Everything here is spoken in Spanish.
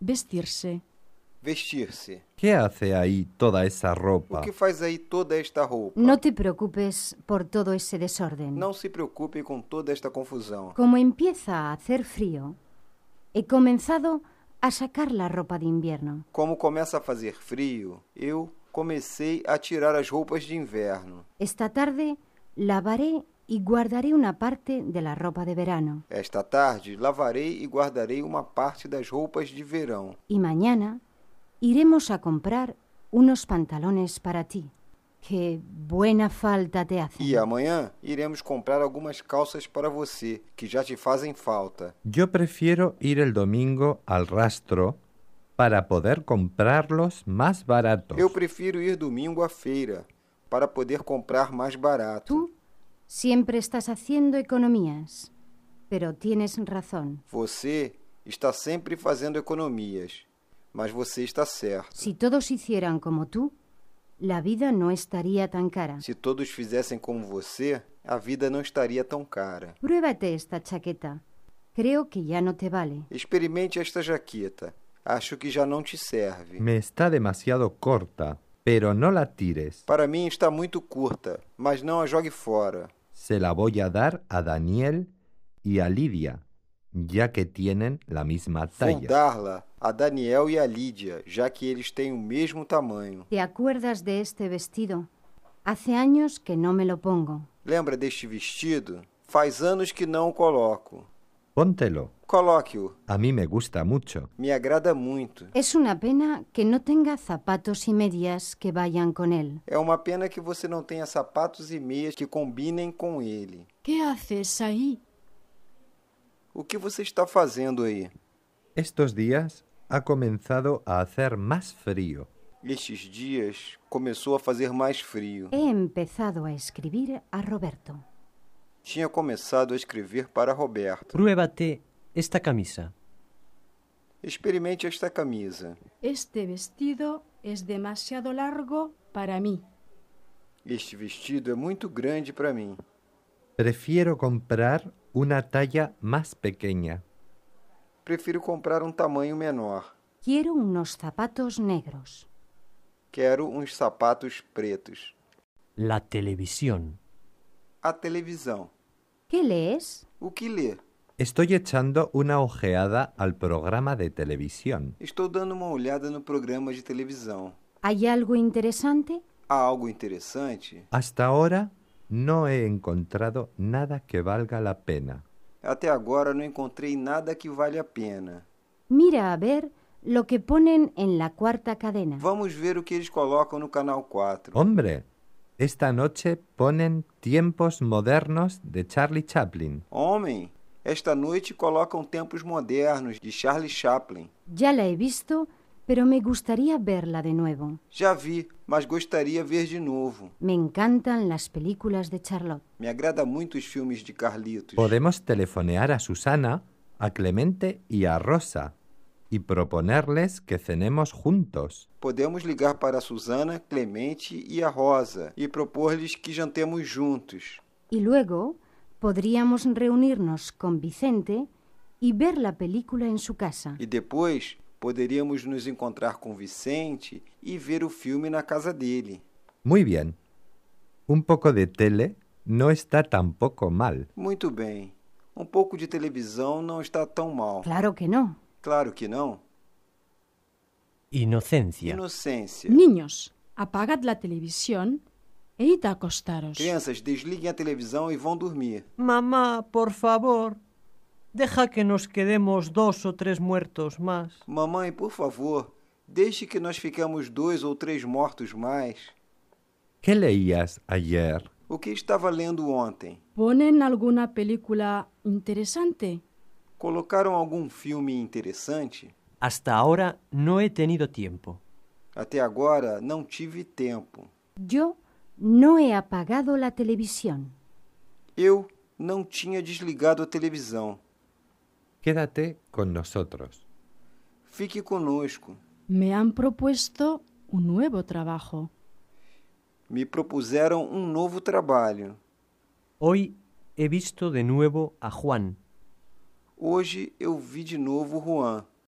vestirse, Vestir-se. ¿Qué hace ahí toda esa O ropa? que faz aí toda esta roupa? No te preocupes por todo ese desorden. Não se preocupe com toda esta confusão. Como empieza a hacer frío, he comenzado a sacar la ropa de invierno. Como começa a fazer frio, eu comecei a tirar as roupas de inverno. Esta tarde lavaré y guardaré una parte de la ropa de verano. Esta tarde lavarei e guardarei uma parte das roupas de verão. Y mañana iremos a comprar unos pantalones para ti. Qué buena falta te hacen. E amanhã iremos comprar algumas calças para você, que já te fazem falta. Yo prefiero ir el domingo al rastro para poder comprarlos más baratos. Eu prefiro ir domingo à feira, para poder comprar mais barato. Tú siempre estás haciendo economías, pero tienes razón. Você está sempre fazendo economias, mas você está certo. Si todos hicieran como tú, la vida no estaría tan cara. Se todos fizessem como você, a vida não estaria tão cara. Pruébate esta chaqueta. Creo que ya no te vale. Experimente esta jaqueta. Acho que já não te serve. Me está demasiado corta, pero no la tires. Para mim está muito curta, mas não a jogue fora. Se la voy a dar a Daniel y a Lidia, ya que tienen la misma Vou talla. dar-la a Daniel e a Lídia, já que eles têm o mesmo tamanho. ¿Te acuerdas de este vestido? Hace años que no me lo pongo. Lembra deste vestido? Faz anos que não o coloco. Póntelo. Coloque-o. A mí me gusta mucho. Me agrada muito. Es una pena que no tenga zapatos y medias que vayan con él. É uma pena que você não tenha sapatos e meias que combinem com ele. ¿qué haces ahí? O que você está fazendo aí? Estos días ha comenzado a hacer más frío. Estes dias começou a fazer mais frio. He empezado a escribir a Roberto. Tinha começado a escrever para Roberto. Pruébate esta camisa. Experimente esta camisa. Este vestido es demasiado largo para mí. Este vestido é muito grande para mim. Prefiero comprar una talla más pequeña. Prefiro comprar um tamanho menor. Quiero unos zapatos negros. Quero uns sapatos pretos. La televisión. A televisão. ¿Qué lees? O que lê? Estoy echando una ojeada al programa de televisión. Estou dando uma olhada no programa de televisão. ¿Hay algo interesante? Há algo interessante? Hasta ahora no he encontrado nada que valga la pena. Até agora não encontrei nada que vale a pena. Mira a ver lo que ponen en la cuarta cadena. Vamos ver o que eles colocam no canal 4. Hombre, esta noche ponen tiempos modernos de Charlie Chaplin. Homem, esta noite colocam tempos modernos de Charlie Chaplin. Ya la he visto, pero me gustaría verla de nuevo. Já vi, mas gostaria ver de novo. Me encantan las películas de Charlotte. Me agrada muito os filmes de Carlitos. Podemos telefonear a Susana, a Clemente y a Rosa y proponerles que cenemos juntos. Podemos ligar para a Suzana, Clemente e a Rosa e propor-lhes que jantemos juntos. Y luego podríamos reunirnos con Vicente y ver la película en su casa. E depois poderíamos nos encontrar com Vicente e ver o filme na casa dele. Muy bien. Un poco de tele no está tampoco mal. Muito bem. Um pouco de televisão não está tão mal. Claro que no. Claro que não. Inocencia. Inocência. Niños, apagad la televisión e id a acostaros. Crianças, desliguem a televisão e vão dormir. Mamá, por favor, deja que nos quedemos dos o tres muertos más. Mamãe, por favor, deixe que nós ficamos dois ou três mortos mais. ¿Qué leías ayer? O que estava lendo ontem? ¿Ponen alguna película interesante? Colocaram algum filme interessante? Hasta ahora no he tenido tiempo. Até agora não tive tempo. Yo no he apagado la televisión. Eu não tinha desligado a televisão. Quédate con nosotros. Fique conosco. Me han propuesto un nuevo trabajo. Me propuseram um novo trabalho. Hoy he visto de nuevo a Juan. Hoje eu vi de novo o Juan.